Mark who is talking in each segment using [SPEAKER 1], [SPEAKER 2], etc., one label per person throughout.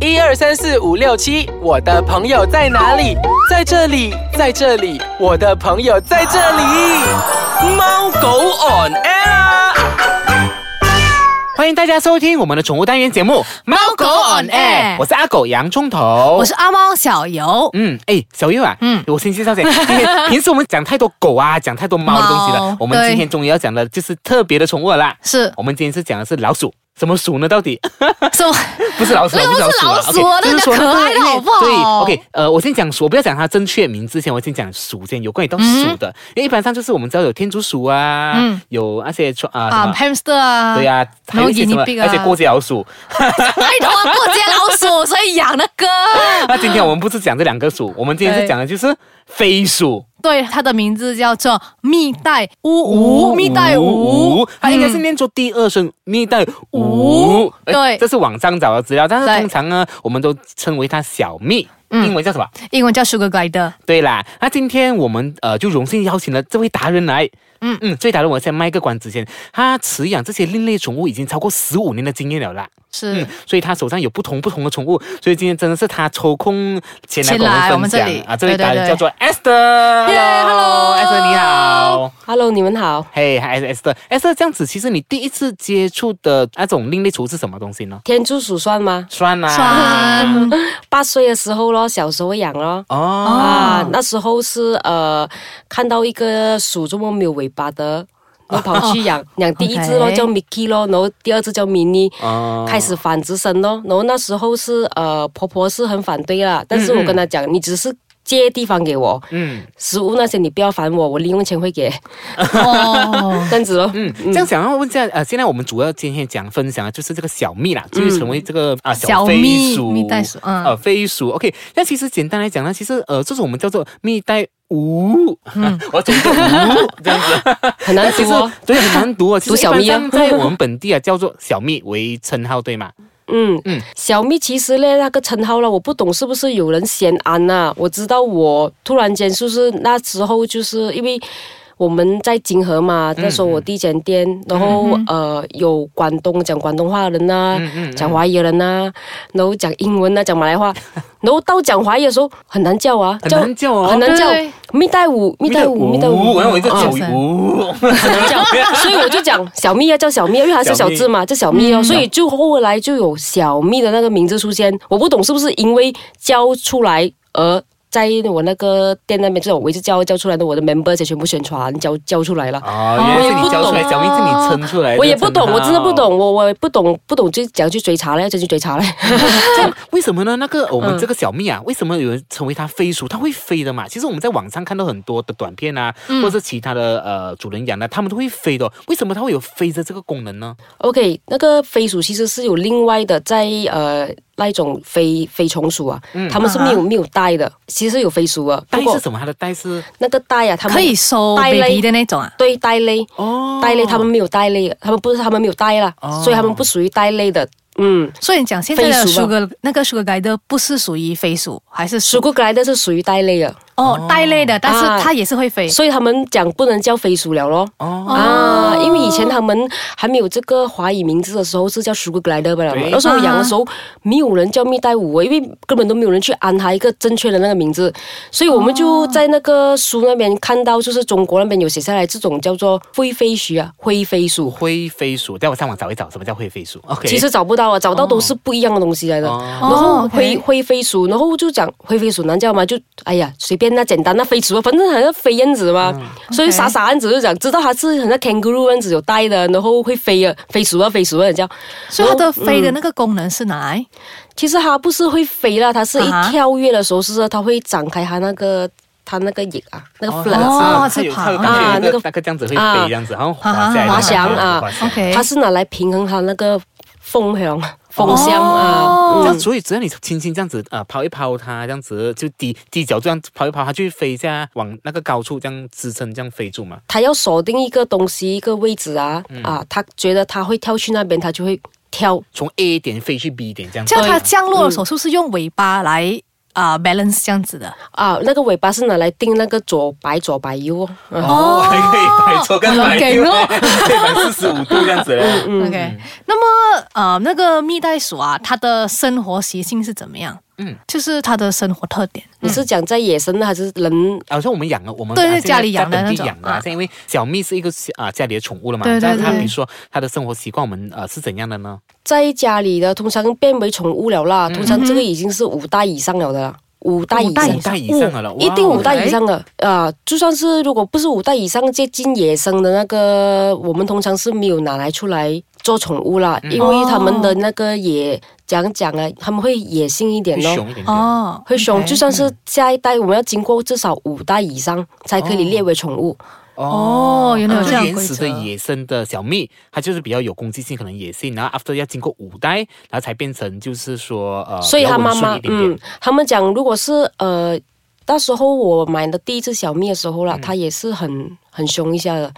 [SPEAKER 1] 一二三四五六七，我的朋友在哪里？在这里，在这里，我的朋友在这里。
[SPEAKER 2] 猫狗 on air 啊。
[SPEAKER 3] 欢迎大家收听我们的宠物单元节目《猫
[SPEAKER 4] 狗 on air
[SPEAKER 3] 我是阿狗洋葱头，
[SPEAKER 4] 我是阿猫小游。
[SPEAKER 3] 嗯，哎，小优啊，嗯
[SPEAKER 4] 嗯，
[SPEAKER 3] 我先介 绍先，今天平时我们讲太多狗啊，讲太多猫的东西了
[SPEAKER 4] 猫，
[SPEAKER 3] 我们今天终于要讲的就是特别的宠物了啦。
[SPEAKER 4] 是
[SPEAKER 3] 我们今天是讲的是老鼠，什么鼠呢？到底
[SPEAKER 4] 什么？
[SPEAKER 3] 不是老鼠啊，
[SPEAKER 4] 那个
[SPEAKER 3] 不是老
[SPEAKER 4] 不是
[SPEAKER 3] 鼠啊
[SPEAKER 4] 老鼠啊
[SPEAKER 3] OK，就是
[SPEAKER 4] 那个
[SPEAKER 3] 说那
[SPEAKER 4] 可爱的
[SPEAKER 3] 因为
[SPEAKER 4] 好不好
[SPEAKER 3] 对，OK，呃，我先讲鼠，我不要讲它正确名字先，我先讲鼠先，有关于到鼠的，因为一般上就是我们知道有天竺鼠啊
[SPEAKER 4] 嗯，
[SPEAKER 3] 有那些宠啊什
[SPEAKER 4] 啊
[SPEAKER 3] 么。
[SPEAKER 4] ，hamster 啊，
[SPEAKER 3] 对，呀，还有一些什么，
[SPEAKER 4] 然后 guinea pig 啊
[SPEAKER 3] 而且过街老鼠。
[SPEAKER 4] 拜托，过街老鼠，所以养那 个。
[SPEAKER 3] 那今天我们不是讲这两个鼠，我们今天是
[SPEAKER 4] 对
[SPEAKER 3] 讲的就是飞鼠。
[SPEAKER 4] 对，它的名字叫做蜜袋鼯
[SPEAKER 3] 哦
[SPEAKER 4] 鼯，蜜袋鼯，
[SPEAKER 3] 它应该是
[SPEAKER 4] 嗯
[SPEAKER 3] 念作第二声蜜袋鼯。哎
[SPEAKER 4] 对
[SPEAKER 3] 这是网上找的资料，但是
[SPEAKER 4] 对
[SPEAKER 3] 通常呢，我们都称为它小蜜，
[SPEAKER 4] 嗯
[SPEAKER 3] 英文叫什么？
[SPEAKER 4] 英文叫 sugar glider。
[SPEAKER 3] 对啦，那今天我们呃就荣幸邀请了这位达人来。嗯
[SPEAKER 4] 嗯
[SPEAKER 3] 嗯，这位达人我先卖个关子先，他饲养这些另类宠物已经超过十五年的经验了啦。
[SPEAKER 4] 是
[SPEAKER 3] 嗯，所以他手上有不同不同的宠物，所以今天真的是他抽空前来
[SPEAKER 4] 前
[SPEAKER 3] 跟
[SPEAKER 4] 来
[SPEAKER 3] 我
[SPEAKER 4] 我
[SPEAKER 3] 们
[SPEAKER 4] 们
[SPEAKER 3] 分享
[SPEAKER 4] 这里
[SPEAKER 3] 啊，这位
[SPEAKER 4] 对对
[SPEAKER 3] 达人
[SPEAKER 4] 对
[SPEAKER 3] 叫做 Esther，
[SPEAKER 4] 耶 hello
[SPEAKER 3] Esther 你好。
[SPEAKER 2] Hello，你们好。
[SPEAKER 3] 嘿，还是 Esther。Esther 这样子，其实你第一次接触的那种另类宠物是什么东西呢？
[SPEAKER 2] 天竺鼠算吗？
[SPEAKER 3] 酸啊，
[SPEAKER 4] 酸，
[SPEAKER 2] 八岁的时候咯，小时候会养咯。
[SPEAKER 3] 哦，
[SPEAKER 2] 啊，那时候是呃，看到一个鼠这么没有尾巴的，然后跑去 养，养第一只咯
[SPEAKER 4] OK
[SPEAKER 2] 叫 Mickey 咯，然后第二只叫 Mini，
[SPEAKER 3] 哦
[SPEAKER 2] 开始繁殖生咯。然后那时候是呃，婆婆是很反对啦，但是我跟她讲，你只是借地方给我，
[SPEAKER 3] 嗯
[SPEAKER 2] 食物那些你不要烦我，我零用钱会给，
[SPEAKER 4] 哦，
[SPEAKER 2] 这样子咯。
[SPEAKER 3] 嗯，这样想要问一下，呃，现在我们主要今天讲分享的啊就是这个小蜜啦，就是成为这
[SPEAKER 2] 嗯
[SPEAKER 3] 个啊
[SPEAKER 4] 小
[SPEAKER 3] 飞
[SPEAKER 4] 蜜
[SPEAKER 3] 鼠、
[SPEAKER 4] 蜜袋鼠嗯
[SPEAKER 3] 呃飞鼠。OK，那其实简单来讲呢，其实呃这种我们叫做蜜袋鼯，
[SPEAKER 2] 嗯
[SPEAKER 3] 我总共鼯这样 子。
[SPEAKER 2] 很难
[SPEAKER 3] 其实
[SPEAKER 2] 读哦。
[SPEAKER 3] 对很难读哦，其实
[SPEAKER 2] 读小蜜啊
[SPEAKER 3] 一般上在我们本地啊叫做小蜜为称号， 对吗？
[SPEAKER 2] 嗯
[SPEAKER 3] 嗯
[SPEAKER 2] 嗯，小蜜其实呢，那个称号了，我不懂是不是有人先安呐、我知道我突然间是不是那时候就是因为。我们在金河嘛，那时候
[SPEAKER 3] 嗯
[SPEAKER 2] 我第一间店，然后、呃有广东讲广东话的人呐、
[SPEAKER 3] 嗯嗯嗯
[SPEAKER 2] 讲华语的人呐、然后讲英文呐、啊讲马 来话，然后到讲华语的时候很难叫啊，
[SPEAKER 3] 很难叫哦
[SPEAKER 2] 很难叫
[SPEAKER 4] 对，
[SPEAKER 2] 蜜袋鼯，蜜袋鼯，蜜袋鼯，
[SPEAKER 3] 然后我一个
[SPEAKER 2] 啊
[SPEAKER 3] 九
[SPEAKER 4] 啊
[SPEAKER 3] 鼯。
[SPEAKER 2] 很难叫，所以我就讲小蜜要叫小蜜，因为它是小只嘛，叫小蜜哦，所以就后来就有小蜜的那个名字出现。我不懂是不是因为教出来而。在我那个店那边，这种我一直教教出来的，我的 member 也全部宣传教教出来了。
[SPEAKER 3] 哦，原来是你教出来，小明是你撑出来的。
[SPEAKER 2] 哦我也不懂，我真的不。懂，我我也不懂，不懂就讲去追查了，要真去追查了。
[SPEAKER 3] 这样为什么呢？那个我们这个小蜜啊，为什么有人成为它飞鼠？它会飞的嘛？其实我们在网上看到很多的短片啊，或者是其他的呃主人养的，它们都会飞的哦。为什么它会有飞的这个功能呢？
[SPEAKER 2] OK，那个飞鼠其实是有另外的，在呃那一种飞飞虫鼠啊，他们是没有没有带的，其实有飞鼠啊，
[SPEAKER 3] 带
[SPEAKER 2] 不过
[SPEAKER 3] 是什么？它的带是
[SPEAKER 2] 那个带啊，他们
[SPEAKER 4] 可以收
[SPEAKER 2] 带
[SPEAKER 4] baby
[SPEAKER 2] 嘞
[SPEAKER 4] 的那种啊。
[SPEAKER 2] 对带类。
[SPEAKER 3] 哦，
[SPEAKER 2] 带类他们没有带类，他们不是他们没有带啦，
[SPEAKER 3] 哦
[SPEAKER 2] 所以他们不属于带类的。嗯，
[SPEAKER 4] 所以你讲现在的
[SPEAKER 2] 飞鼠吧
[SPEAKER 4] sugar 那个 sugar glider 不是属于飞鼠，还是
[SPEAKER 2] 鼠
[SPEAKER 4] 鼠
[SPEAKER 2] 过来的是属于带类的，
[SPEAKER 4] 哦带类的，但是
[SPEAKER 2] 啊
[SPEAKER 4] 它也是会飞。
[SPEAKER 2] 所以他们讲不能叫飞鼠了咯。
[SPEAKER 3] 哦，
[SPEAKER 2] 啊，因为以前他们还没有这个华语名字的时候是叫 Sugar Glider 罢了嘛
[SPEAKER 3] 对。
[SPEAKER 2] 那时候我养的时候，没有人叫蜜袋鼯，因为根本都没有人去安它一个正确的那个名字，所以我们就在那个书那边看到，就是中国那边有写下来这种叫做灰飞鼠啊，灰飞鼠。
[SPEAKER 3] 会飞鼠，待我上网找一找什么叫会飞鼠。OK，
[SPEAKER 2] 其实找不到啊，找到都是不一样的东西来的。
[SPEAKER 3] 哦
[SPEAKER 2] 然后灰
[SPEAKER 4] OK
[SPEAKER 2] 灰飞鼠，然后就讲灰飞鼠难叫嘛，就哎呀随便那简单那飞鼠，反正好像飞燕子嘛，
[SPEAKER 3] 嗯
[SPEAKER 2] 所以
[SPEAKER 4] OK
[SPEAKER 2] 傻傻样子就讲知道它是很像 kangaroo 样子有带的，然后会飞啊，飞鼠啊飞鼠啊叫。
[SPEAKER 4] 所以它的飞的
[SPEAKER 2] 嗯
[SPEAKER 4] 那个功能是哪来？
[SPEAKER 2] 其实它不是会飞啦，它是一
[SPEAKER 4] 啊哈
[SPEAKER 2] 跳跃的时候是它会展开它那个它那个翼啊，那个 flap
[SPEAKER 3] 哦，
[SPEAKER 4] 哦
[SPEAKER 3] 它
[SPEAKER 4] 是
[SPEAKER 3] 有它
[SPEAKER 4] 爬
[SPEAKER 3] 有感
[SPEAKER 2] 啊
[SPEAKER 3] 觉有
[SPEAKER 2] 那
[SPEAKER 3] 一个
[SPEAKER 2] 个
[SPEAKER 3] 那个这样子会飞
[SPEAKER 2] 啊
[SPEAKER 3] 这样子，好像滑下来的
[SPEAKER 2] 滑翔啊
[SPEAKER 3] 滑翔
[SPEAKER 4] OK
[SPEAKER 2] 它是拿来平衡它那个风向风向啊。
[SPEAKER 4] 哦
[SPEAKER 3] 这样，所以只要你轻轻这样子呃抛一抛它，这样子就低低脚这样抛一抛，它就会飞一下，往那个高处这样支撑，这样飞住嘛。
[SPEAKER 2] 他要锁定一个东西、一个位置啊、啊，他觉得他会跳去那边，他就会跳。
[SPEAKER 3] 从 A 点飞去 B 点这样子
[SPEAKER 4] 这。样它降落的时候是不是用尾巴来啊、balance 这样子的。
[SPEAKER 2] 啊，那个尾巴是拿来定那个左白左白右哦。嗯
[SPEAKER 3] 哦，还可以摆错跟摆
[SPEAKER 4] 给
[SPEAKER 3] 右，
[SPEAKER 4] 咯
[SPEAKER 3] 对，摆四十五度这样子嘞。啊
[SPEAKER 4] OK，那么呃，那个蜜袋鼠啊，它的生活习性是怎么样？
[SPEAKER 3] 嗯，
[SPEAKER 4] 就是它的生活特点。
[SPEAKER 2] 你是讲在野生的还是人？
[SPEAKER 3] 好像我们养了，我们
[SPEAKER 4] 对
[SPEAKER 3] 啊
[SPEAKER 4] 对
[SPEAKER 3] 现在
[SPEAKER 4] 家里养的
[SPEAKER 3] 在本地
[SPEAKER 4] 那种
[SPEAKER 3] 养的啊，
[SPEAKER 4] 啊
[SPEAKER 3] 现在因为小蜜是一个啊家里的宠物了嘛，
[SPEAKER 4] 对对
[SPEAKER 3] 但是它
[SPEAKER 4] 对
[SPEAKER 3] 比如说它的生活习惯，我们呃是怎样的呢？
[SPEAKER 2] 在家里的通常变为宠物了啦，通常这个已经是五代以上了的啦，嗯五代以
[SPEAKER 4] 五代
[SPEAKER 2] 上
[SPEAKER 3] 五。代以上的了，哇
[SPEAKER 2] 一定五代
[SPEAKER 4] OK
[SPEAKER 2] 以上的啊、就算是如果不是五代以上接近野生的那个，我们通常是没有拿来出来做宠物啦，因为他们的那个野讲讲啊，他们会野性一点
[SPEAKER 3] 会
[SPEAKER 2] 咯，
[SPEAKER 3] 熊一点点。
[SPEAKER 4] 哦，
[SPEAKER 2] 会凶
[SPEAKER 4] OK
[SPEAKER 2] 就算是下一代，我们要经过至少五代以上才可以列为宠物。
[SPEAKER 4] 哦，原来有
[SPEAKER 3] 就
[SPEAKER 4] 这样
[SPEAKER 3] 原
[SPEAKER 4] 规
[SPEAKER 3] 始的
[SPEAKER 4] 则。
[SPEAKER 3] 野生的小蜜，它就是比较有攻击性，可能野性，然后 after 要经过五代，然后才变成就是说呃，
[SPEAKER 2] 所以
[SPEAKER 3] 比较
[SPEAKER 2] 他
[SPEAKER 3] 温
[SPEAKER 2] 妈
[SPEAKER 3] 顺
[SPEAKER 2] 妈
[SPEAKER 3] 一点点
[SPEAKER 2] 嗯，他们讲，如果是呃，那时候我买的第一只小蜜的时候
[SPEAKER 3] 嗯
[SPEAKER 2] 啦，它也是很很凶一下的。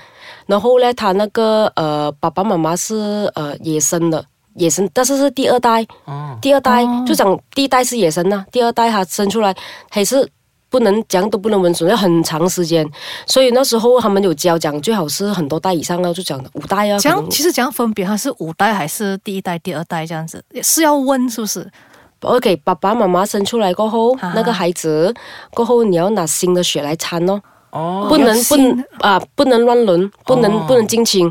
[SPEAKER 2] 然后呢，它那个呃，爸爸妈妈是呃野生的。野生，但是是第二代，
[SPEAKER 3] 哦，
[SPEAKER 2] 第二代、
[SPEAKER 4] 哦
[SPEAKER 2] 就讲第一代是野生呐、第二代它生出来还是不能讲都不能温顺，要很长时间。所以那时候他们有教讲，最好是很多代以上啊，就讲五代啊。
[SPEAKER 4] 怎
[SPEAKER 2] 可能
[SPEAKER 4] 样？其实怎样分别？它是五代还是第一代、第二代这样子？是要温是不是？
[SPEAKER 2] OK，爸爸妈妈生出来过后，
[SPEAKER 4] 啊
[SPEAKER 2] 那个孩子过后你要拿新的血来掺哦，
[SPEAKER 3] 哦，
[SPEAKER 2] 不
[SPEAKER 4] 要
[SPEAKER 2] 能不
[SPEAKER 4] 新
[SPEAKER 2] 能啊，不能乱伦，不能、
[SPEAKER 3] 哦嗯
[SPEAKER 2] 不能近亲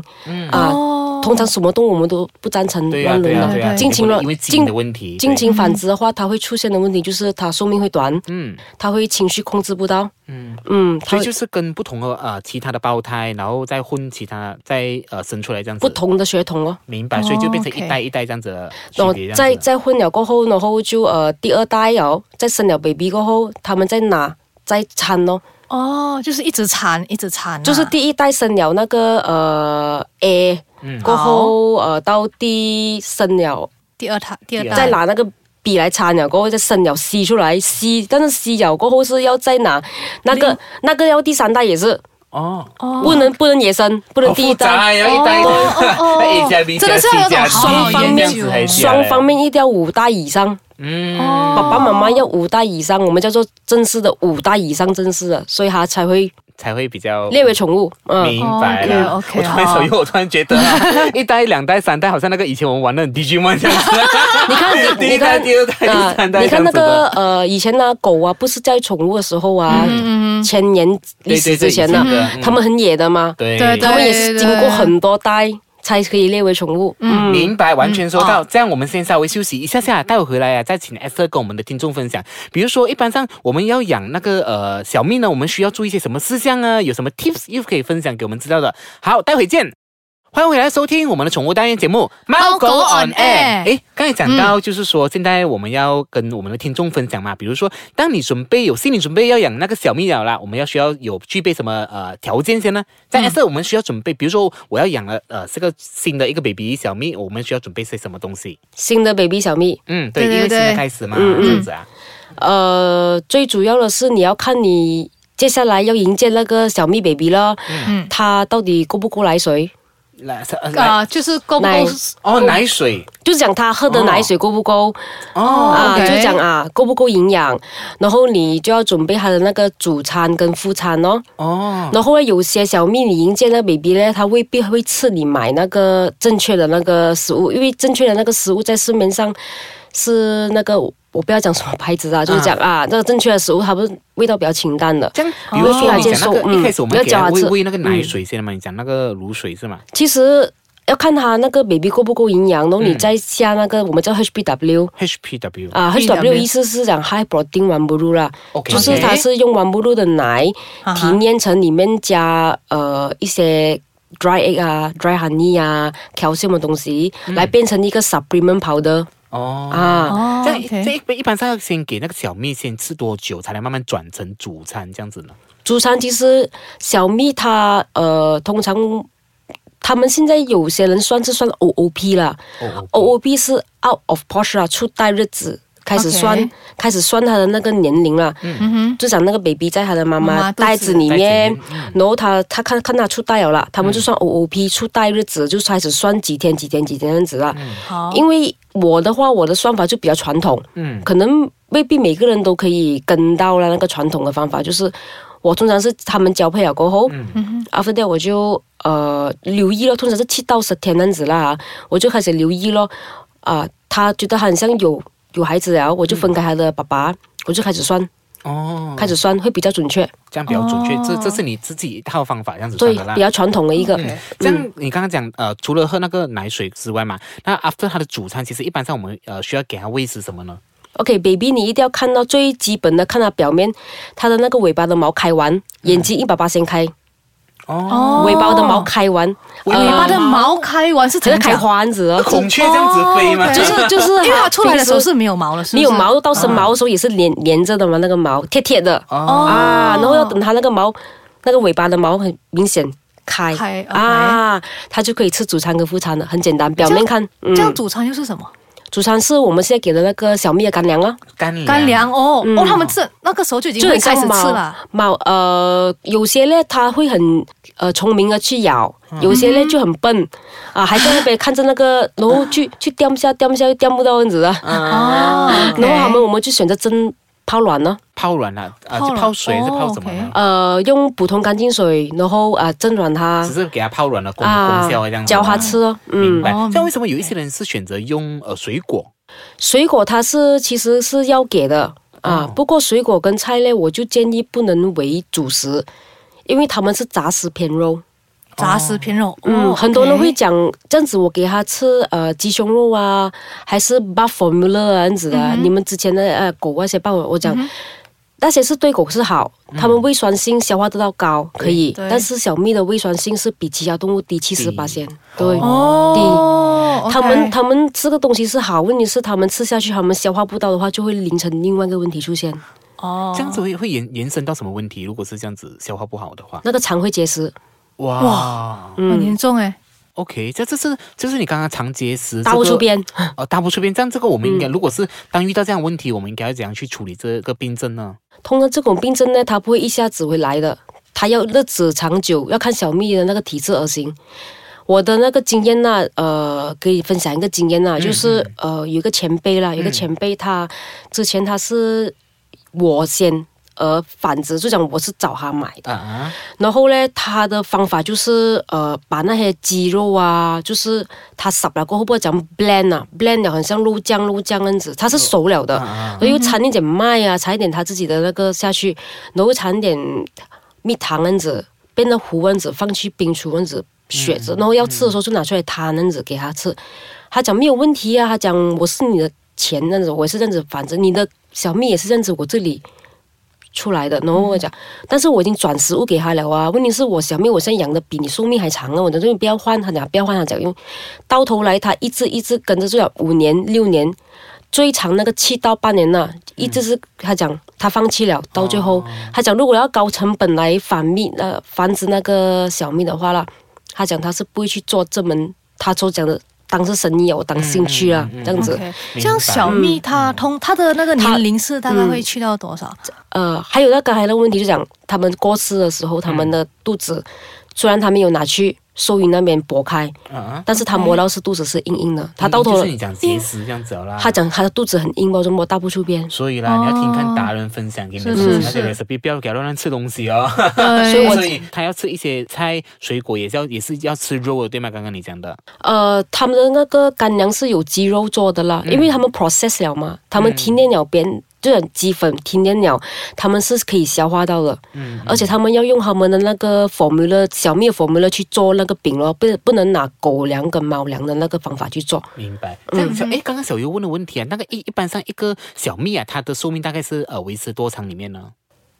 [SPEAKER 2] 啊。
[SPEAKER 4] 哦
[SPEAKER 2] 通常什么动物我们都不赞成
[SPEAKER 3] 对呀
[SPEAKER 2] 乱
[SPEAKER 3] 对
[SPEAKER 2] 伦
[SPEAKER 3] 呀
[SPEAKER 2] 的，
[SPEAKER 3] 对呀，
[SPEAKER 2] 近亲
[SPEAKER 3] 了，
[SPEAKER 2] 乱
[SPEAKER 3] 因为基因的问题，
[SPEAKER 2] 近
[SPEAKER 3] 对，
[SPEAKER 2] 亲繁殖的话，它会出现的问题就是它寿命会短，
[SPEAKER 3] 嗯
[SPEAKER 2] 它会情绪控制不到，
[SPEAKER 3] 嗯，
[SPEAKER 2] 嗯，它
[SPEAKER 3] 所以
[SPEAKER 2] 会
[SPEAKER 3] 就是跟不同的呃其他的胞胎，然后再混其他再呃生出来这样子，
[SPEAKER 2] 不同的血统哦。
[SPEAKER 3] 明白，所以就变成
[SPEAKER 4] 哦，OK
[SPEAKER 3] 一代一代这样子的区
[SPEAKER 2] 然后
[SPEAKER 3] 别，这
[SPEAKER 2] 再
[SPEAKER 3] 样子。
[SPEAKER 2] 再婚了过后，然后就呃第二代哦，再生了 baby 过后，他们再拿再掺哦。
[SPEAKER 4] 哦，就是一直缠，一直缠啊、
[SPEAKER 2] 就是第一代生了那个呃 A，
[SPEAKER 3] 嗯
[SPEAKER 2] 过后呃到第生了，
[SPEAKER 4] 第二胎，第二
[SPEAKER 3] 第二
[SPEAKER 4] 代哦
[SPEAKER 2] 再拿那个 B 来掺了，过后再生了 C 出来 C，但是 C 了过后是要再拿那个那个要第三代也是
[SPEAKER 3] 哦，
[SPEAKER 2] 不能不能野生，不能第一代。
[SPEAKER 3] 要一代一
[SPEAKER 4] 哦哦
[SPEAKER 3] 代，A 加 B
[SPEAKER 4] 真
[SPEAKER 3] 加
[SPEAKER 4] 的是
[SPEAKER 3] C
[SPEAKER 4] 要有
[SPEAKER 3] 加
[SPEAKER 4] 种
[SPEAKER 3] D
[SPEAKER 4] 双
[SPEAKER 2] 方
[SPEAKER 3] 这
[SPEAKER 2] 面
[SPEAKER 3] 样子才下来
[SPEAKER 2] 双方，面一定要五代以上，
[SPEAKER 3] 嗯，
[SPEAKER 4] 哦
[SPEAKER 2] 爸爸妈妈要五代以上，我们叫做正式的五代以上正式的，所以它才会
[SPEAKER 3] 才会比较
[SPEAKER 2] 列为宠物。嗯，
[SPEAKER 3] 明白了。
[SPEAKER 4] 哦，OK，OK，
[SPEAKER 3] 我突然
[SPEAKER 4] 好
[SPEAKER 3] 手游，我突然觉得 啊一代、两代、三代，好像那个以前我们玩的 Digimon 这样子。
[SPEAKER 2] 你看，
[SPEAKER 3] 第
[SPEAKER 2] 你
[SPEAKER 3] 一代、
[SPEAKER 2] 看，
[SPEAKER 3] 第二代、
[SPEAKER 2] 啊
[SPEAKER 3] 第三，代，
[SPEAKER 2] 你看那个，呃，以前那狗啊，不是在宠物的时候啊，千年
[SPEAKER 3] 对对
[SPEAKER 2] 历史
[SPEAKER 3] 嗯对
[SPEAKER 2] 之前呢
[SPEAKER 3] 以前的嗯，
[SPEAKER 2] 他们很野的嘛，
[SPEAKER 3] 对
[SPEAKER 4] 对对
[SPEAKER 2] 他们也是经过很多代才可以列为宠物。嗯，
[SPEAKER 3] 明白，完全收到。
[SPEAKER 4] 哦
[SPEAKER 3] 这样我们先稍微休息一下下，待会回来啊，再请 Esther 跟我们的听众分享。比如说，一般上我们要养那个呃小蜜呢，我们需要注意些什么事项啊？有什么 tips 又可以分享给我们知道的？好，待会见。欢迎回来收听我们的宠物单元节目《猫狗
[SPEAKER 4] 狗
[SPEAKER 3] on air》。
[SPEAKER 4] on air
[SPEAKER 3] 诶，刚才讲
[SPEAKER 2] 嗯
[SPEAKER 3] 到，就是说、现在我们要跟我们的听众分享嘛，比如说，当你准备有心理准备要养那个小蜜鸟啦，我们要需要有具备什么呃条件先呢？
[SPEAKER 2] 嗯
[SPEAKER 3] 在 S 我们需要准备，比如说我要养了呃这个新的一个 baby 小蜜，我们需要准备些什么东西？
[SPEAKER 2] 新的 baby 小蜜，
[SPEAKER 3] 嗯，对，
[SPEAKER 4] 对对
[SPEAKER 3] 因为新的
[SPEAKER 4] 对
[SPEAKER 3] 开始嘛，
[SPEAKER 2] 嗯嗯
[SPEAKER 3] 这样子啊，
[SPEAKER 2] 呃，最主要的是你要看你接下来要迎接那个小蜜 baby 了，
[SPEAKER 4] 嗯
[SPEAKER 2] 它到底够不够奶水？
[SPEAKER 3] 来呃来
[SPEAKER 4] 啊、就是够不
[SPEAKER 2] 奶
[SPEAKER 4] 够？
[SPEAKER 3] 哦奶水
[SPEAKER 2] 就是讲它喝的奶水够不够？
[SPEAKER 3] 哦
[SPEAKER 2] 啊，
[SPEAKER 4] OK
[SPEAKER 2] 就讲啊，够不够营养，然后你就要准备它的那个主餐跟副餐哦。
[SPEAKER 3] 哦
[SPEAKER 2] 然后呢，有些小蜜你迎接那个 baby 呢，它未必会吃你买那个正确的那个食物，因为正确的那个食物在市面上是那个我不要讲什么牌子啊，就是讲啊，那个正确的食物它不是味道比较清淡的。
[SPEAKER 3] 嗯这样，比如说
[SPEAKER 2] 哦
[SPEAKER 3] 你讲那
[SPEAKER 2] 不要接
[SPEAKER 3] 个
[SPEAKER 2] 受
[SPEAKER 3] 一开始我
[SPEAKER 2] 嗯
[SPEAKER 3] 们给
[SPEAKER 2] 不要
[SPEAKER 3] 它
[SPEAKER 2] 嚼
[SPEAKER 3] 喂
[SPEAKER 2] 字
[SPEAKER 3] 喂那个奶水
[SPEAKER 2] 嗯
[SPEAKER 3] 先嘛，你讲那个卤水是吗？
[SPEAKER 2] 其实要看它那个 baby 够不够营养，然后你
[SPEAKER 3] 嗯
[SPEAKER 2] 再下那个我们叫 HBW。
[SPEAKER 3] HPW
[SPEAKER 2] 啊
[SPEAKER 4] HW
[SPEAKER 2] ，HW 意思是讲 high protein 完不入啦
[SPEAKER 3] OK
[SPEAKER 2] 就是它是用完不入的奶
[SPEAKER 4] 啊哈
[SPEAKER 2] 提炼成里面加呃一些 dry egg 啊、dry honey 啊、calcium 的东西，
[SPEAKER 4] 嗯
[SPEAKER 2] 来变成一个 supplement powder
[SPEAKER 3] 哦
[SPEAKER 2] 啊。
[SPEAKER 4] 哦
[SPEAKER 3] 这样
[SPEAKER 4] OK
[SPEAKER 3] 这一般一般上要先给那个小蜜先吃多久，才能慢慢转成主餐这样子呢？
[SPEAKER 2] 猪餐其实小蜜它呃通常。他们现在有些人算是算 OOP 啦
[SPEAKER 3] 哦
[SPEAKER 2] ，OOP 是 out of posh 啊啦，出代日子开始算
[SPEAKER 4] OK
[SPEAKER 2] 开始算他的那个年龄了。
[SPEAKER 4] 嗯哼，
[SPEAKER 2] 就想那个 baby 在他的妈
[SPEAKER 4] 妈妈
[SPEAKER 2] 妈
[SPEAKER 4] 肚子
[SPEAKER 2] 袋子里面
[SPEAKER 3] 袋子里，
[SPEAKER 2] 然后他他看看他出袋了啦，他们
[SPEAKER 3] 嗯
[SPEAKER 2] 就算 OOP 出袋日子，就开始算几天几天几天这样子啦。
[SPEAKER 4] 好，
[SPEAKER 2] 因为我的话，我的算法就比较传统，
[SPEAKER 3] 嗯
[SPEAKER 2] 可能未必每个人都可以跟到了那个传统的方法，就是我通常是他们交配了过后、a
[SPEAKER 3] 嗯
[SPEAKER 2] f t e r that 我就呃留意了，通常是七到十天那样子啦，我就开始留意咯，啊、他觉得他很像有有孩子了，我就分开他的爸爸，我就开始算，
[SPEAKER 3] 哦，
[SPEAKER 2] 开始算会比较准确，
[SPEAKER 3] 这样比较准确，
[SPEAKER 4] 哦
[SPEAKER 3] 这这是你自己一套方法，这样子算
[SPEAKER 2] 对
[SPEAKER 3] 的啦，
[SPEAKER 2] 比。较传统的一个。
[SPEAKER 3] 嗯，这样你刚刚讲呃，除了喝那个奶水之外嘛，那 after 他的主餐，其实一般上我们呃需要给他喂食什么呢？
[SPEAKER 2] OK，baby，、你一定要看到最基本的，看它表面，它的那个尾巴的毛开完，眼睛一把把先开，
[SPEAKER 3] 哦，
[SPEAKER 4] 嗯哦
[SPEAKER 2] 尾巴的毛，开完，
[SPEAKER 4] 尾巴的毛开完是
[SPEAKER 2] 只
[SPEAKER 4] 怎
[SPEAKER 2] 是
[SPEAKER 4] 样
[SPEAKER 2] 开
[SPEAKER 4] 讲？
[SPEAKER 2] 花子哦，
[SPEAKER 3] 孔雀这样子飞吗？
[SPEAKER 4] 哦，OK
[SPEAKER 2] 就是就是，
[SPEAKER 4] 因为它出来的时候
[SPEAKER 2] 平时
[SPEAKER 4] 是没有毛了，是不
[SPEAKER 2] 你
[SPEAKER 4] 是
[SPEAKER 2] 有毛到生毛的时候也是连连着的嘛，那个毛贴贴的
[SPEAKER 3] 哦，
[SPEAKER 2] 啊，然后要等它那个毛那个尾巴的毛很明显开
[SPEAKER 4] 开，OK
[SPEAKER 2] 啊，它就可以吃主餐跟副餐了，很简单，表面看，嗯
[SPEAKER 4] 这样主餐又是什么？
[SPEAKER 2] 主餐是我们现在给的那个小蜜的干粮啊，
[SPEAKER 3] 干粮，
[SPEAKER 4] 干粮哦
[SPEAKER 2] 嗯
[SPEAKER 4] 哦，他们这那个时候就已经
[SPEAKER 2] 就
[SPEAKER 4] 会
[SPEAKER 2] 很
[SPEAKER 4] 开始
[SPEAKER 2] 像
[SPEAKER 4] 吃
[SPEAKER 2] 猫
[SPEAKER 4] 了。
[SPEAKER 2] 猫呃，有些呢它会很呃聪明的去咬，
[SPEAKER 4] 嗯
[SPEAKER 2] 有些呢就很笨啊，还在那边看着那个，然
[SPEAKER 4] 嗯
[SPEAKER 2] 后去去掂一下掂一下又掂不到这样子的，啊
[SPEAKER 4] 哦，
[SPEAKER 2] 然后他们我们就选择蒸泡软了，
[SPEAKER 3] 泡软了，啊，
[SPEAKER 4] 泡
[SPEAKER 3] 就
[SPEAKER 4] 软
[SPEAKER 3] 泡水是
[SPEAKER 4] 哦
[SPEAKER 3] 泡什么呢？
[SPEAKER 2] 呃，用普通干净水，然后啊、蒸软它
[SPEAKER 3] 只是给它泡软了，功功效这样子
[SPEAKER 2] 教
[SPEAKER 3] 吗。
[SPEAKER 2] 它啊吃哦，
[SPEAKER 3] 啊明
[SPEAKER 2] 嗯，
[SPEAKER 3] 白
[SPEAKER 4] 哦。
[SPEAKER 3] 像为什么有一些人是选择用呃水果？
[SPEAKER 2] 水果它是其实是要给的啊
[SPEAKER 3] 哦，
[SPEAKER 2] 不过水果跟菜类我就建议不能为主食，因为它们是杂食偏肉。
[SPEAKER 4] 杂食偏肉，
[SPEAKER 2] 嗯，
[SPEAKER 4] 哦
[SPEAKER 2] 很多人会
[SPEAKER 4] OK
[SPEAKER 2] 讲这样子，我给他吃呃鸡胸肉啊，还是 buff formula 啊这样子的。
[SPEAKER 4] 嗯
[SPEAKER 2] 你们之前的呃狗那些帮我我讲。那些是对狗是好，它们胃酸性消化得到高，可以，
[SPEAKER 4] 嗯对
[SPEAKER 2] 但是小蜜的胃酸性是比其他动物低七十八
[SPEAKER 3] 低
[SPEAKER 2] 仙，对，
[SPEAKER 4] 哦，
[SPEAKER 2] 它
[SPEAKER 4] OK
[SPEAKER 2] 们它们这个东西是好，问题是它们吃下去，它们消化不到的话，就会形成另外一个问题出现，
[SPEAKER 4] 哦
[SPEAKER 3] 这样子会会延延伸到什么问题？如果是这样子消化不好的话，
[SPEAKER 2] 那个肠会结石，
[SPEAKER 3] 哇
[SPEAKER 4] 很
[SPEAKER 2] 嗯，
[SPEAKER 4] 严重哎，
[SPEAKER 3] ，OK，这这是就是你刚刚肠结石，
[SPEAKER 2] 大不出边，
[SPEAKER 3] 哦，大不出边。这样这个我们应
[SPEAKER 2] 嗯
[SPEAKER 3] 该，如果是当遇到这样的问题，我们应该要怎样去处理这个病症呢？
[SPEAKER 2] 通常这种病症呢，它不会一下子会来的，它要日子长久，要看小蜜的那个体质而行。我的那个经验呐、呃，给你分享一个经验呐、就是呃，有一个前辈啦，有一个前辈他之前他是我先。呃，反之就讲我是找他买的，
[SPEAKER 3] 啊，
[SPEAKER 2] 然后呢，他的方法就是呃，把那些鸡肉啊，就是他杀了过后，不会讲 blend 啊，blend 了很像肉酱肉酱那样子，它是熟了的，嗯
[SPEAKER 3] 啊
[SPEAKER 2] 然后又掺一点麦啊，掺一点他自己的那个下去，然后掺一点蜜糖那样子，变得糊那样子，放去冰橱那样子雪着，然后要吃的时候就拿出来摊那样
[SPEAKER 3] 嗯
[SPEAKER 2] 子给他吃。他讲没有问题啊，他讲我是你的钱那样子，我也是这样子，反正你的小蜜也是这样子，我这里。出来的，然后我讲，但是我已经转食物给他了啊。问题是我小蜜，我现在养的比你寿命还长啊。我讲这你不要换，他讲不要换，他讲因为到头来他一直一直跟着这样五年六年，最长那个七到八年了，一直是他讲他放弃
[SPEAKER 3] 嗯
[SPEAKER 2] 了，到最
[SPEAKER 3] 哦
[SPEAKER 2] 后、他讲如果要高成本来繁密呃繁殖那个小蜜的话啦，他讲他是不会去做这门他所讲的当是生意啊，我当兴趣啦、
[SPEAKER 3] 嗯嗯嗯
[SPEAKER 2] 这样子。
[SPEAKER 4] OK，像小
[SPEAKER 2] 嗯
[SPEAKER 4] 蜜它通它的那个年龄是大概会去到多少？
[SPEAKER 2] 呃，还有那刚才的问题，就讲他们过世的时候，他
[SPEAKER 3] 嗯
[SPEAKER 2] 们的肚子、虽然他没有拿去收银那边拨开，
[SPEAKER 3] 啊，
[SPEAKER 2] 但是他摸到是肚子是硬硬的，他到头
[SPEAKER 3] 嗯就
[SPEAKER 2] 了
[SPEAKER 3] 是，你讲结石这样子了啦。
[SPEAKER 2] 他讲他的肚子很硬，包就摸大不出边。
[SPEAKER 3] 所以啦，你要听看达人分享
[SPEAKER 2] 哦
[SPEAKER 3] 给你的
[SPEAKER 4] 是
[SPEAKER 3] 吃
[SPEAKER 4] 是
[SPEAKER 3] 那些 recipe，不要给他乱乱吃东西哦。
[SPEAKER 4] 对
[SPEAKER 2] 所以我
[SPEAKER 3] 所以他要吃一些菜、水果，也是要也是要吃肉的，对吗？刚刚你讲的，
[SPEAKER 2] 呃，他们的那个干粮是有鸡肉做的
[SPEAKER 3] 嗯
[SPEAKER 2] 啦，因为他们 process 了嘛，他们提炼了边。就是鸡粉提炼了，他们是可以消化到的，
[SPEAKER 3] 嗯
[SPEAKER 2] 而且他们要用他们的那个 formula 小蜜 formula 去做那个饼咯，不不能拿狗粮跟猫粮的那个方法去做。
[SPEAKER 3] 明白。这样小哎，刚刚小优问的问题啊，那个一一般上一个小蜜啊，它的寿命大概是呃维持多长里面呢？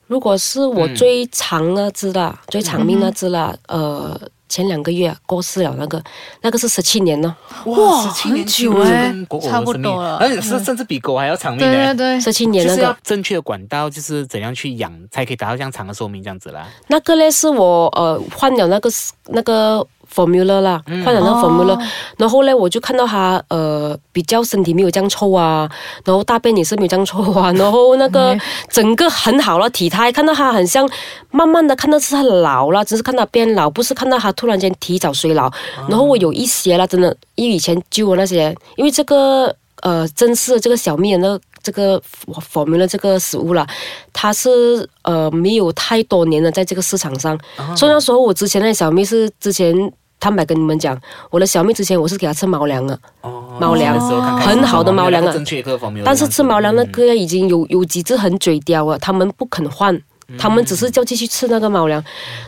[SPEAKER 2] 如果是我
[SPEAKER 3] 嗯
[SPEAKER 2] 最长那只啦，最长命那只啦，呃，前两个月过世了那个，那个是十七年呢，
[SPEAKER 4] 哇
[SPEAKER 3] 17年
[SPEAKER 4] 很久
[SPEAKER 3] 就
[SPEAKER 4] 欸
[SPEAKER 3] 跟狗狗的
[SPEAKER 4] 差不
[SPEAKER 3] 生命
[SPEAKER 4] 多了
[SPEAKER 3] 而且是甚至比狗还要长命呢。
[SPEAKER 4] 对
[SPEAKER 2] 十七年
[SPEAKER 3] 就
[SPEAKER 2] 那
[SPEAKER 3] 是要
[SPEAKER 2] 个，
[SPEAKER 3] 正确的管道，就是怎样去养才可以达到这样长的寿命这样子啦。
[SPEAKER 2] 那个嘞是我呃换了那个那个 formula 啦，
[SPEAKER 3] 嗯
[SPEAKER 2] 换了那
[SPEAKER 3] 哦
[SPEAKER 2] 个 formula，、然后呢，我就看到他呃比较身体没有这样臭啊，然后大便也是没有这样臭啊，然后
[SPEAKER 3] 嗯
[SPEAKER 2] 那
[SPEAKER 3] 哎
[SPEAKER 2] 个整个很好了，体态看到他很像，慢慢的看到是他老了，只是看到变老，不是看到他突然间提早衰老。然后我有一些啦，真的，因为以前揪我那些，因为这个呃，真是这个小蜜的那个这个 formula 这个食物啦，它是呃没有太多年了，在这个市场上，所以那时候我之前那小蜜是之前。坦白跟你们讲，我的小蜜之前我是给它吃猫粮的，
[SPEAKER 3] 哦
[SPEAKER 2] 猫粮
[SPEAKER 3] 那时候看看
[SPEAKER 2] 很好的猫粮啊
[SPEAKER 3] 正确的方面，
[SPEAKER 2] 但是吃猫粮那个已经有有几只很嘴刁啊了，他们不肯换，他们只是叫继续吃那个猫粮，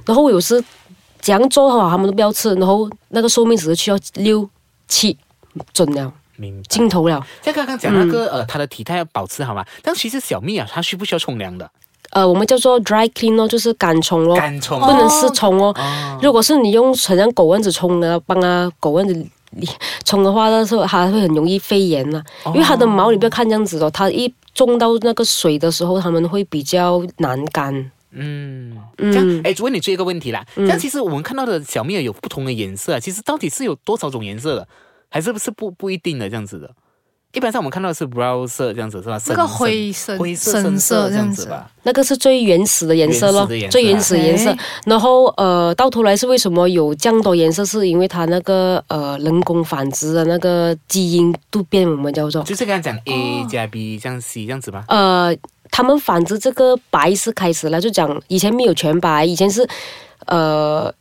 [SPEAKER 2] 然后我有时怎样做哦好，他们都不要吃，然后那个寿命只是去到六七准了，
[SPEAKER 3] 明白。
[SPEAKER 2] 尽头了。
[SPEAKER 3] 像刚刚讲那个呃，它的体态要保持好嘛，但其实小蜜啊，它需不需要冲凉的？
[SPEAKER 2] 呃，我们叫做 dry clean 哦，就是干冲咯，
[SPEAKER 3] 干冲
[SPEAKER 2] 不能湿冲哦。如果是你用很像狗蚊子冲的，帮它狗蚊子冲的话，那时候它会很容易肺炎啦、因为它的毛你不要看这样子哦，它一中到那个水的时候，它们会比较难干。
[SPEAKER 3] 嗯，这样，哎，问你最后一个问题啦。
[SPEAKER 4] 嗯
[SPEAKER 3] 这样，其实我们看到的小蜜儿有不同的颜色啊，其实到底是有多少种颜色的，还是不是不不一定的这样子的？一般上我们看到的是 brown 色这样子是吧？
[SPEAKER 4] 那个
[SPEAKER 3] 深
[SPEAKER 4] 灰深
[SPEAKER 3] 灰色、
[SPEAKER 4] 深
[SPEAKER 3] 深色
[SPEAKER 4] 色
[SPEAKER 3] 这
[SPEAKER 4] 这
[SPEAKER 3] 样
[SPEAKER 4] 样
[SPEAKER 3] 子
[SPEAKER 4] 子
[SPEAKER 3] 吧。
[SPEAKER 2] 那个是最原始的颜色
[SPEAKER 3] 原始
[SPEAKER 2] 咯，
[SPEAKER 3] 的颜色
[SPEAKER 2] 最原始的颜色
[SPEAKER 4] OK。
[SPEAKER 2] 然后呃，到头来是为什么有这样多颜色？是因为它那个呃人工繁殖的那个基因突变，我们叫做
[SPEAKER 3] 就是刚才讲
[SPEAKER 4] 哦
[SPEAKER 3] 的 A 加 B 这样 C 这样子吧。
[SPEAKER 2] 呃，他们反之这个白是开始了，就讲以前没有全白，以前是呃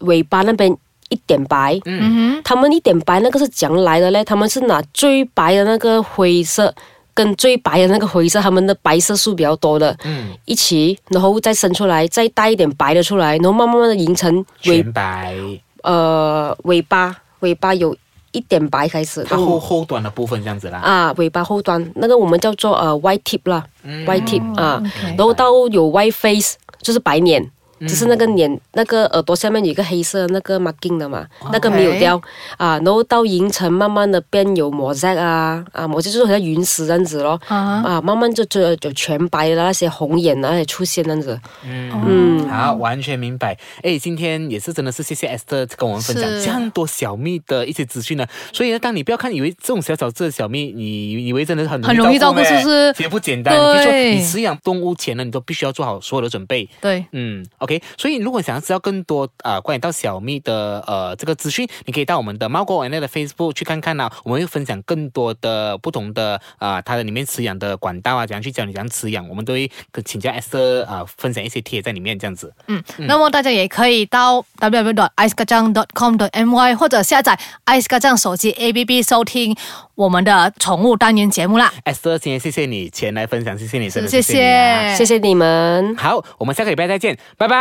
[SPEAKER 2] 尾巴那边一点白。
[SPEAKER 4] 嗯
[SPEAKER 2] 他们一点白那个是讲来的嘞，他们是拿最白的那个灰色跟最白的那个灰色，他们的白色素比较多的，
[SPEAKER 3] 嗯，
[SPEAKER 2] 一起，然后再生出来，再带一点白的出来，然后慢慢慢的形成
[SPEAKER 4] 哦
[SPEAKER 2] 尾
[SPEAKER 3] 全白，
[SPEAKER 2] 呃尾巴，尾巴有一点白开始，
[SPEAKER 3] 它
[SPEAKER 2] 然后
[SPEAKER 3] 后
[SPEAKER 4] 哦
[SPEAKER 3] 后端的部分这样子啦。
[SPEAKER 2] 啊，尾巴后端那个我们叫做呃 white tip 啦、
[SPEAKER 3] 嗯
[SPEAKER 2] w h i t e tip 啊
[SPEAKER 4] OK
[SPEAKER 2] 然后到有 white face 就是白脸，只是那个脸那个耳朵下面有一个黑色的那个 marking 的嘛那个没有掉啊，然后到银层慢慢的变有 mosaic 啊啊 mosaic 就是好像云石这样子咯。
[SPEAKER 4] 啊，
[SPEAKER 2] 啊，慢慢就就有全白的那些红眼啊，那些出现这样子，
[SPEAKER 3] 嗯，好，完全明白。哎，今天也是真的是谢谢 Esther 跟我们分享
[SPEAKER 4] 是
[SPEAKER 3] 这样多小蜜的一些资讯呢。所以呢，当你不要看以为这种小小只的小蜜，你以为真的很
[SPEAKER 4] 很容易照顾
[SPEAKER 3] 欸
[SPEAKER 4] 是不是
[SPEAKER 3] 其实不简单。
[SPEAKER 4] 对
[SPEAKER 3] 就说你饲养动物前呢，你都必须要做好所有的准备。
[SPEAKER 4] 对，
[SPEAKER 3] 嗯，OK，所以如果想要知道更多啊、呃关于到小蜜的呃这个资讯，你可以到我们的猫狗玩乐的 Facebook 去看看啦、我们会分享更多的不同的啊、它的里面饲养的管道啊，怎样去教你怎样饲养，我们都会跟请教 Esther 啊、分享一些贴在里面这样子。
[SPEAKER 4] 嗯，那么大家也可以到 www. i c e g a n g com. my 或者下载 i c e g a n g 手机 APP 收听我们的宠物单元节目啦。
[SPEAKER 3] Esther，今天谢谢你前来分享，谢谢你，真的
[SPEAKER 4] 谢
[SPEAKER 3] 谢你啊
[SPEAKER 4] 谢，
[SPEAKER 2] 谢谢你们。
[SPEAKER 3] 好，我们下个礼拜再见，拜拜。